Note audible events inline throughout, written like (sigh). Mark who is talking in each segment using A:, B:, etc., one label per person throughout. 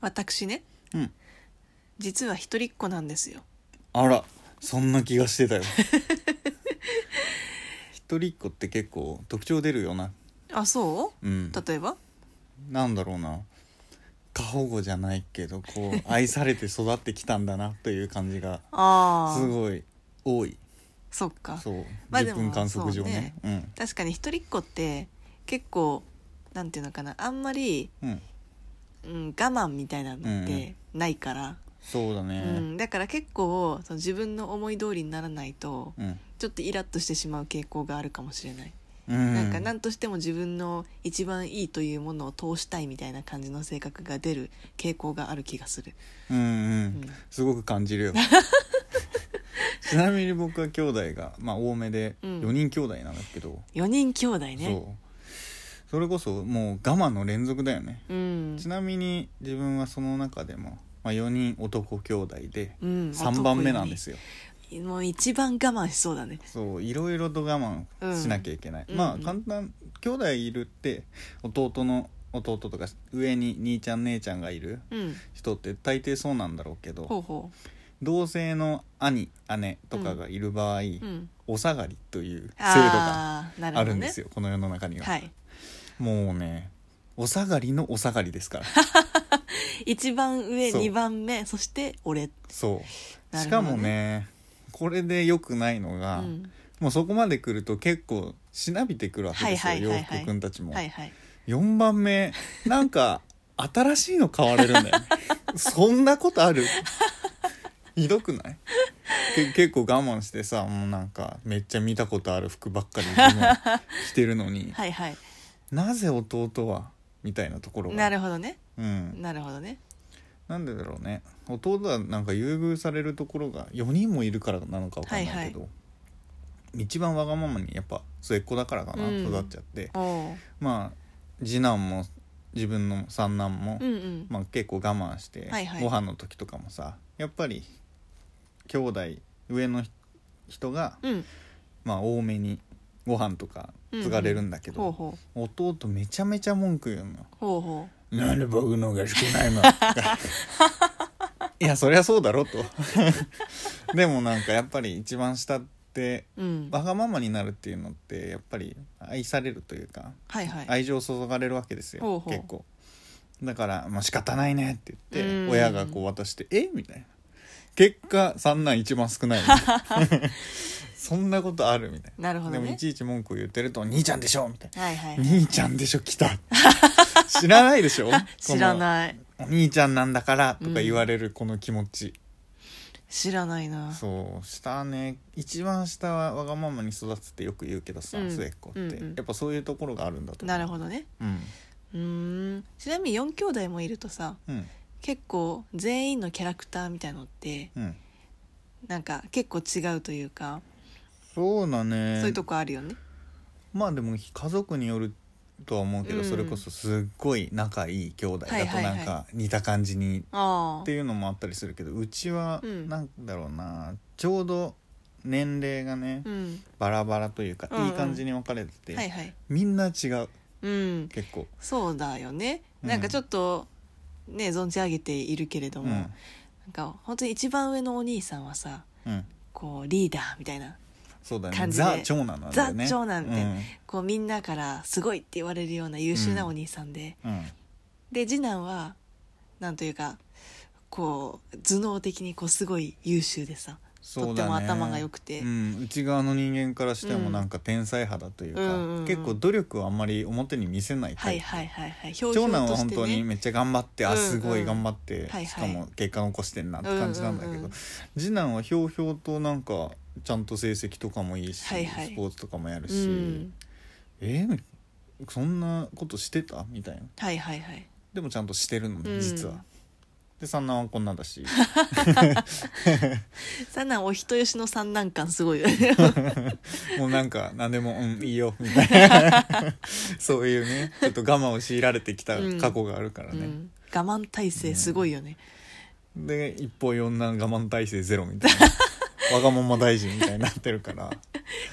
A: 私ね
B: うん
A: 実は一人っ子なんですよ
B: あらそんな気がしてたよ (laughs) 一人っ子って結構特徴出るよな
A: あそ
B: うん
A: う例えば
B: なんだろうな過保護じゃないけどこ
A: (laughs)
B: う愛されて育ってきたんだなという感じが
A: あ
B: す
A: あ
B: ごい多い
A: そっか
B: そう、
A: まあで
B: 10
A: も
B: 分観測上ね
A: 確かに一人っ子って結構なんていうのかなあんまり、
B: うんうん
A: うん、我慢みたいなのっ
B: うんう
A: てないから、
B: そうだ
A: うん
B: ね
A: だから結構その自分の思い通りにならないと
B: うん、
A: ちょっとイラッとしてしまう傾向があるかもしれない、
B: うん、
A: なんか何としても自分の一番いいというものを通したいみたいな感じの性格が出る傾向がある気がする、
B: うんう
A: うんん
B: すごく感じる
A: (laughs)
B: よちなみに僕は兄弟がまあ多めで
A: うん
B: 4人兄弟なんだけど、
A: 4人兄弟ね
B: そうそれこそもう我慢の連続だよね、
A: うん
B: ちなみに自分はその中でも、まあ、4人男兄弟で
A: うん
B: 3番目なんですよ、
A: よもう一番我慢しそうだね
B: そういろいろと我慢しなきゃいけない、
A: うん
B: ま
A: う
B: あ
A: んうん
B: 簡単兄弟いるって弟の弟とか上に兄ちゃん姉ちゃんがいる
A: うん
B: 人って大抵そうなんだろうけ
A: ほう
B: ど
A: ほ
B: 同性の兄姉とかがいる場合、
A: ううん
B: お下がりという制度が
A: あーなほ
B: ある
A: ど
B: ん
A: ね
B: ですよ、この世の中には、
A: はい
B: もうねお下がりのお下が
A: (laughs)
B: りですから
A: 一番上
B: そう
A: 二番目そして俺
B: そう、
A: なるほどね
B: しかもねこれで良くないのが、
A: うん
B: もうそこまで来ると結構しなびてくるわけですよ、
A: はいはいはいはい
B: 洋服くんたちも、
A: はいはい
B: 4番目なんか新しいの買われ
A: (laughs)
B: るんだよねそんなことあるひどくないけ結構我慢してさもうなんかめっちゃ見たことある服ばっかり自分は着てるの
A: (laughs)
B: に
A: はいはい
B: なぜ弟はみたいなところが
A: なるほどね
B: うん、
A: なるほどね
B: なんでだろうね弟はなんか優遇されるところが4人もいるからなのかわかんないけど、一番わがままにやっぱ末っ子だからかな、
A: うん
B: 育っちゃって
A: おお
B: まあ次男も自分の三男も、
A: うんうん
B: まあ、結構我慢して、
A: はいはい
B: ご飯の時とかもさやっぱり兄弟上のひ人が、
A: うん
B: まあ、多めにご飯とか継がれるんだけど、
A: ほうほう
B: 弟めちゃめちゃ文句言うのよ
A: ほうほ
B: なんで僕の方が少ないの (laughs) いやそりゃそうだろと (laughs) でもなんかやっぱり一番下って
A: ううん
B: わがままになるっていうのってやっぱり愛されるというか
A: はいはい
B: 愛情を注がれるわけですよ
A: ほうほう
B: 結構だから「まあ仕方ないね」って言って、
A: うん
B: 親がこう渡して「えみたいな結果三男一番少ない
A: (laughs)
B: (laughs) そんなことあるみたい
A: なるほど
B: な、でもい
A: ね
B: ちいち文句を言ってると「兄ちゃんでしょ」みたいな
A: はいは
B: 「
A: い
B: 兄ちゃんでしょ来た」 (laughs) 知らないでしょ
A: (laughs) 知らない
B: このお兄ちゃんなんだから」とか言われるこの気持ち、
A: 知らないな
B: そう下ね一番下はわがままに育つってよく言うけどさ、
A: うん
B: 末っ子って、
A: うんうん
B: やっぱそういうところがあるんだと思う
A: なるほどね
B: うん
A: うーんちなみに4兄弟もいるとさ
B: うん
A: 結構全員のキャラクターみたいのって
B: うん
A: なんか結構違うというか
B: そうだね
A: そういうとこあるよね
B: まあでも家族によるとは思うけど、
A: うん
B: それこそすっごい仲いい兄弟
A: は
B: だ
A: い
B: と
A: はいは
B: ないんか似た感じに
A: あ
B: っていうのもあったりするけどうちは
A: うん
B: なんだろうな、ちょうど年齢がね、
A: あうん
B: バラバラというか、
A: うんうん
B: いい感じに分かれてて、
A: はいはい
B: みんな違う
A: うん
B: 結構、
A: そうだよね
B: うん
A: なんかちょっとね存じ上げているけれど
B: う
A: も、なん
B: ん
A: か本当に一番上のお兄さんはさ
B: うん、
A: こうリーダーみたいな
B: そうだね
A: 感じで
B: ザ長男なんだよね
A: ザ長男みたいな
B: うん
A: こうみんなからすごいって言われるような優秀なお兄さんで、
B: うん
A: で次男はなんというかこう頭脳的にこうすごい優秀でさ
B: そうだね
A: とっても頭が良くて
B: うん、内側の人間からして
A: う
B: も
A: ん
B: なんか天才肌というか、
A: うんうんうん
B: 結構努力をあんまり表に見せないタ
A: は
B: イ
A: い
B: プ
A: はいはいはい表
B: 長男は本当にめっちゃ頑張って、
A: うん
B: あ
A: うん
B: すごい頑張っ
A: は
B: て、
A: いはい
B: しかも結果残してんなって感じなんだけど、
A: うんうんうん
B: 次男はひょうひょうとなんかちゃんと成績とかもいいし、
A: はいはい
B: スポーツとかもやる
A: う
B: し、
A: ん、
B: えーそんなことしてたみたいな
A: はいはいはい
B: でもちゃんとしてるのね、
A: うん
B: 実は。で三男はこんな
A: (laughs)
B: だし
A: 三男お人よしの三男感すごいよね
B: もうなんか何でも「うんいいよ」みたい
A: (laughs)
B: なそういうねちょっと我慢を強いられてきた過去があるから
A: う
B: ね。
A: ん、我慢体制すごいよね、
B: で一方四男我慢体制ゼロみたい
A: (laughs)
B: なわがまま大臣みたいになってるから、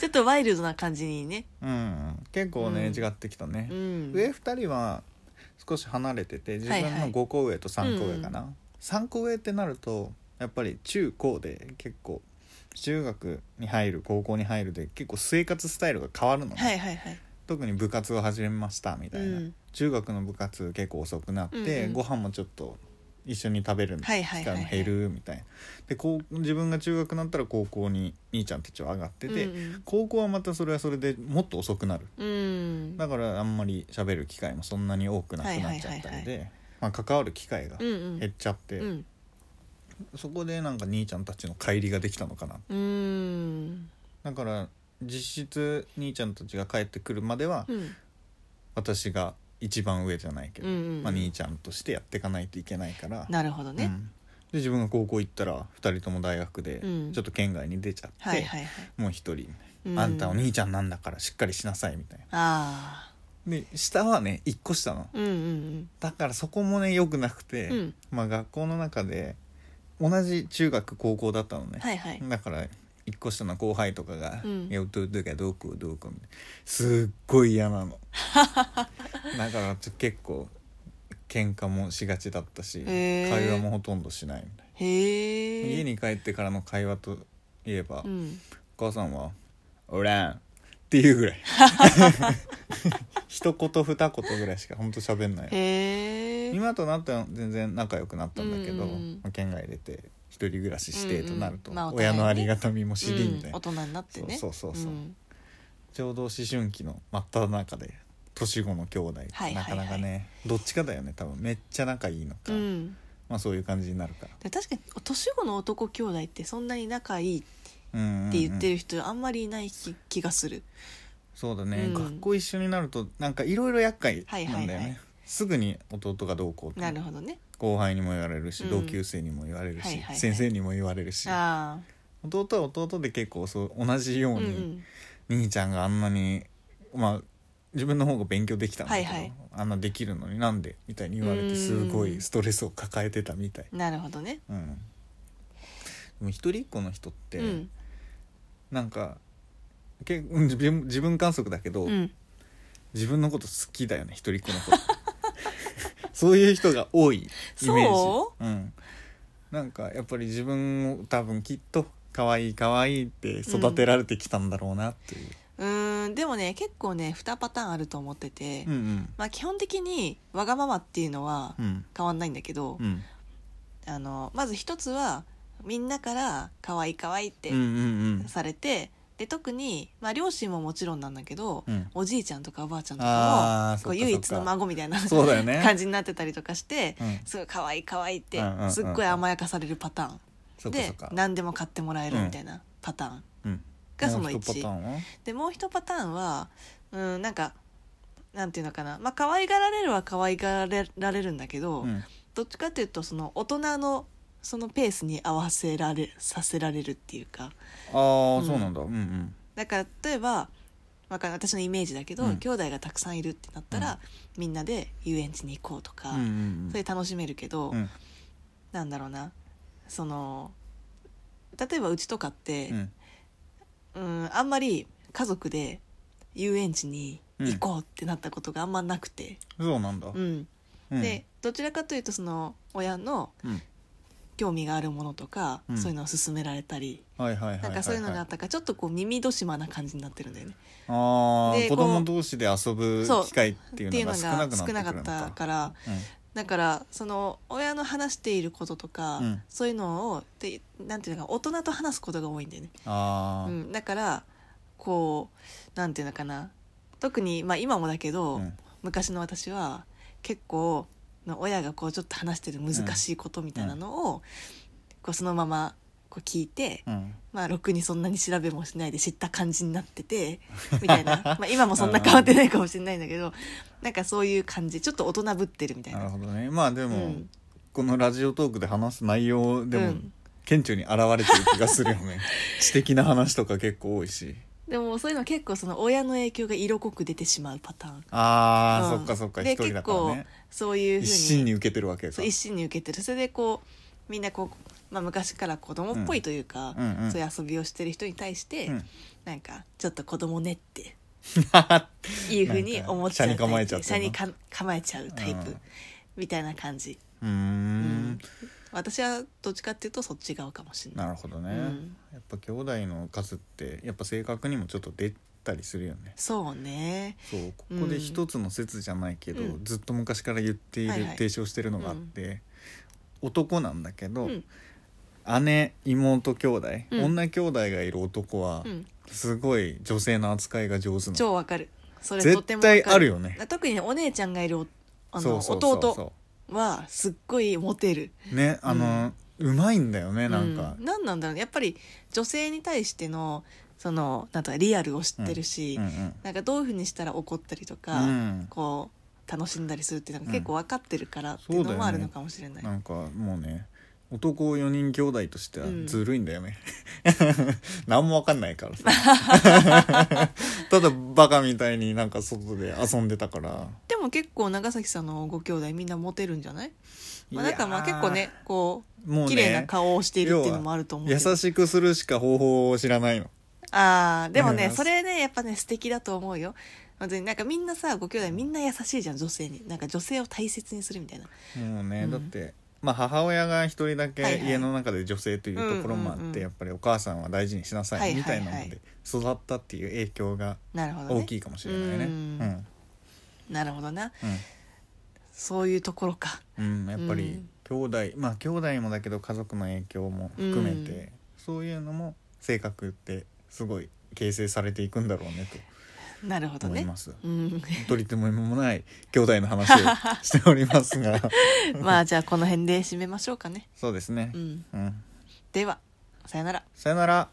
A: ちょっとワイルドな感じにね、
B: うん、結構ね、
A: うん
B: 違ってきたね
A: う、ん、
B: 上二人は少し離れてて自
A: はい
B: 分の5個上と3個上かな、3個上ってなるとやっぱり中高で結構中学に入る高校に入るで結構生活スタイルが変わるのね、
A: はいはいはい
B: 特に部活を始めましたみたいな、
A: うん
B: 中学の部活結構遅くなって、
A: うんうん
B: ご飯もちょっと一緒に食べるみたいな
A: はいはいはいはい
B: 減るみたいなでこう自分が中学になったら高校に兄ちゃんたちは上がってて、
A: うん
B: 高校はまたそれはそれでもっと遅くなる
A: うん
B: だからあんまり喋る機会もそんなに多くなくなっちゃった
A: はいはい
B: の
A: はい
B: でまあ関わる機会が
A: うんうん
B: 減っちゃって、
A: うん
B: そこでなんか兄ちゃんたちの帰りができたのかな
A: うん
B: だから実質兄ちゃんたちが帰ってくるまでは
A: うん
B: 私が一番上じゃないけど、
A: うんうんうん
B: まあ、兄ちゃんとしてやっていかないといけないから、
A: なるほど
B: う
A: ね
B: んで自分が高校行ったら2人とも大学で
A: うん
B: ちょっと県外に出ちゃって、
A: はいはいはい
B: もう一人、
A: うん
B: あんたお兄ちゃんなんだからしっかりしなさいみたいな
A: あ
B: で下はね1個下なの
A: あうんうん
B: だからそこもね良くなくて、
A: うん
B: まあ学校の中で同じ中学高校だったのね、
A: うんはいはい
B: だから一個下の後輩とかが「
A: うん
B: いやどうどうかどうこうどうこう」みたいなすっごい嫌
A: (laughs)
B: なのだからちょ結構喧嘩もしがちだったし、
A: へー
B: 会話もほとんどしないみたい
A: へ
B: な
A: え
B: 家に帰ってからの会話といえば、
A: うん
B: お母さんは「おらん」ってい
A: (laughs)
B: うぐらい (laughs) 一言二言ぐらいしかほんと喋んない
A: へえ
B: 今となっては全然仲良くなったんだけど、
A: うんうん
B: まあ県外出て一人暮らししてとなると、
A: うんうんまあお互い
B: 親
A: ね
B: のありがたみも知りみた
A: うん
B: いな、
A: 大人になってね
B: そうそうそうそうんちょうど思春期の真っ只中で年子の兄弟って
A: はいはい
B: な
A: は
B: か
A: い
B: なかね、どっちかだよね多分めっちゃ仲いいのか、
A: うん
B: まあそういう感じになるから。
A: で確かに年子の男兄弟ってそんなに仲いいっ
B: うんうんうん
A: て言ってる人あんまりいない気気がする
B: そうだね、
A: うん
B: 学校一緒になるとなんかいろいろ厄介なんだよね、
A: はいはいはい
B: すぐに弟がどうこうと
A: なるほどね
B: 後輩にも言われるし、
A: うん
B: 同級生にも言われるし、
A: はいはいはい
B: 先生にも言われるし
A: あ
B: 弟は弟で結構そう同じよ
A: あう
B: う
A: んう
B: に、
A: ん
B: 兄ちゃんがあんなにまあ自分の方が勉強できたんだけど、
A: はいはい
B: あんなできるのになんでみたいに言われてすごいストレスを抱えてたみたい、
A: なるほどね
B: うん、でも一人っ子の人って、
A: うん
B: なんかけうん自分自分観測だけど、
A: うん
B: 自分のこと好きだよね一人っ子の子 (laughs) そういう人が多いイメージ、
A: そう
B: ん、なんかやっぱり自分を多分きっと可愛い可愛いって育てられてきたんだろうなっていう、
A: うーんでもね結構ね2パターンあると思ってて、
B: うん、うん
A: まあ、基本的にわがままっていうのは
B: うん
A: 変わんないんだけど、
B: うん
A: あのまず一つはみんなから「可愛い可愛いって
B: うんうん
A: されて、で特に、まあ、両親ももちろんなんだけど、
B: うん
A: おじいちゃんとかおばあちゃんと
B: あ
A: かも
B: ー
A: こう
B: そっか
A: 唯一
B: そっ
A: の
B: か
A: 孫みたいな
B: うんそうだよね
A: (laughs) 感じになってたりとかして、
B: うん
A: すごい可愛い可愛いって、
B: うんうんうん
A: すっごい甘やかされるパターン、
B: そっか
A: で
B: そっか
A: 何でも買ってもらえるみたいなパターン、
B: うん
A: がその
B: もう一
A: 1
B: パターンは
A: でもう一パターンはうんなんかなんていうのかなまあ可愛がられるは可愛がられるんだけど、
B: うん
A: どっちかというとその大人のそのペースに合わせられさせられるっていうか
B: ああ、
A: うん
B: そうなんだうんうん
A: だから例えばわかん私のイメージだけど、
B: うん
A: 兄弟がたくさんいるってなったら、みんなで遊園地に行こうとか、
B: うんうん
A: それ楽しめるけど、
B: うん
A: なんだろうなその例えばうちとかって、
B: うん
A: うんあんまり家族で遊園地に行こうってなったことがあんまなくて、
B: そうなんだ
A: うん
B: うん
A: でどちらかというとその親の
B: うん
A: 興味があるものとか、
B: うん
A: そういうのを勧められたり、
B: はいはいはい
A: なんかそういうのがあっ
B: あ
A: たからちょっとこう耳戸島な感じになってるんだよね。
B: あー
A: で
B: 子
A: こう
B: 供同士で遊ぶ
A: そう
B: 機会って
A: っ
B: い
A: ていう
B: う
A: の
B: の
A: が少な
B: が少なくなってくるの
A: かった
B: か
A: から
B: うん
A: だからその親の話していることとか、
B: うん
A: そういうのをでなんていうのか大人と話すことが多いんだよね。
B: あ
A: う
B: ー
A: ん、だからこうなんていうのかな特に、まあ、今もだけど、
B: うん
A: 昔の私は結構の親がこうちょっと話してる難しいことみたいなのを、こうそのままこう聞いて、
B: うん
A: まあろくにそんなに調べもしないで知った感じになっててみたい
B: (laughs)
A: なまあ今もそんな変わってないかもしれないんだけどなんかそういう感じちょっと大人ぶってるみたい
B: なる
A: な。
B: ほどねまあでも、
A: うん
B: このラジオトークで話す内容でも、
A: うん
B: 顕著に現れてる気がするよね (laughs) 知的な話とか結構多いし
A: でもそういうの結構その親の影響が色濃く出てしまうパターン。
B: ああ、
A: うん
B: そっかそっか
A: で
B: 一人だからね
A: 結構そういうふうに
B: 一心に受けてるわけか
A: そう一心に受けてるそれでこうみんなこう、まあ、昔から子供っぽいというか、
B: うんうんうん
A: そういう遊びをしてる人に対して、
B: うん (laughs)
A: なんかちょっと子供ねっていうふうに思っちゃう
B: なんか斜に構えちゃって
A: 車
B: るの
A: にか構えちゃうタイ
B: う
A: プ
B: ん
A: みたいな感じ、
B: うーん
A: 私はどっちかっていうとそっち側かもしれない
B: なるほどね、
A: うん
B: やっぱ兄弟の数ってやっぱ性格にもちょっと出たりするよね
A: そうね
B: そうここで一つの説じゃないけど、
A: うん
B: ずっと昔から言っている、
A: はいはい
B: 提唱してるのがあって、男なんだけど、
A: うん
B: 姉妹兄弟、
A: うん
B: 女兄弟がいる男は、
A: うん
B: すごい女性の扱いが上手なの
A: 超わかるそれとても
B: 絶
A: わかる
B: 対あるよね
A: 特にねお姉ちゃんがいるおあの
B: そうそうそう
A: 弟
B: そ
A: はすっごいモテる
B: うねあの、うまいんだよねなんか
A: う、何なんだろうねやっぱり女性に対してのそのなんとかリアルを知
B: うん
A: ってるし、
B: うんうん
A: なんかどういうふうにしたら怒ったりとか、
B: うん
A: こう楽しんだりするっていうのが
B: うん
A: 結構分かってるからっていうのもあるのかもしれない、
B: なんかもうね男4人兄弟としてはずるいんだよね、 (laughs) 何もわかんないからさ
A: (laughs)
B: ただバカみたいになんか外で遊んでたから
A: でも結構長崎さんのご兄弟みんなモテるんじゃないまあ、
B: いやー
A: なんかまあ結構ねこう
B: もうね
A: 綺麗な顔をしているっていうのもあると思うけ
B: 優
A: ど
B: しくするしか方法を知らないの
A: ああでもね
B: うん
A: それねやっぱね素敵だと思うよ本当になんかみんなさご兄弟みんな優しいじゃん女性になんか女性を大切にするみたいな
B: もうね、
A: うん
B: だってまあ母親が一人だ
A: はい
B: け
A: はい
B: 家の中で女性というところもあって、
A: うんうんうん
B: やっぱりお母さんは大事にしなさ
A: はい
B: い
A: は
B: み
A: いは
B: た
A: い
B: いなので育ったっていう影響が
A: なるほどね
B: 大きいかもしれないね。
A: うんなるほどな
B: うんうん
A: そういうところか (laughs)
B: うん、やっぱ
A: う
B: り
A: ん
B: 兄弟、まあ兄弟もだけど家族の影響も含めて、
A: うん
B: そういうのも性格ってすごい形成されていくんだろうね
A: なるほど
B: と思い
A: ね
B: ます。
A: うん (laughs)
B: とりとめもない兄弟の話をしております
A: (laughs)
B: が
A: まあじゃあこの辺で締めましょうかね
B: そうですね
A: う、ん
B: うん、
A: ではさよなら
B: さよなら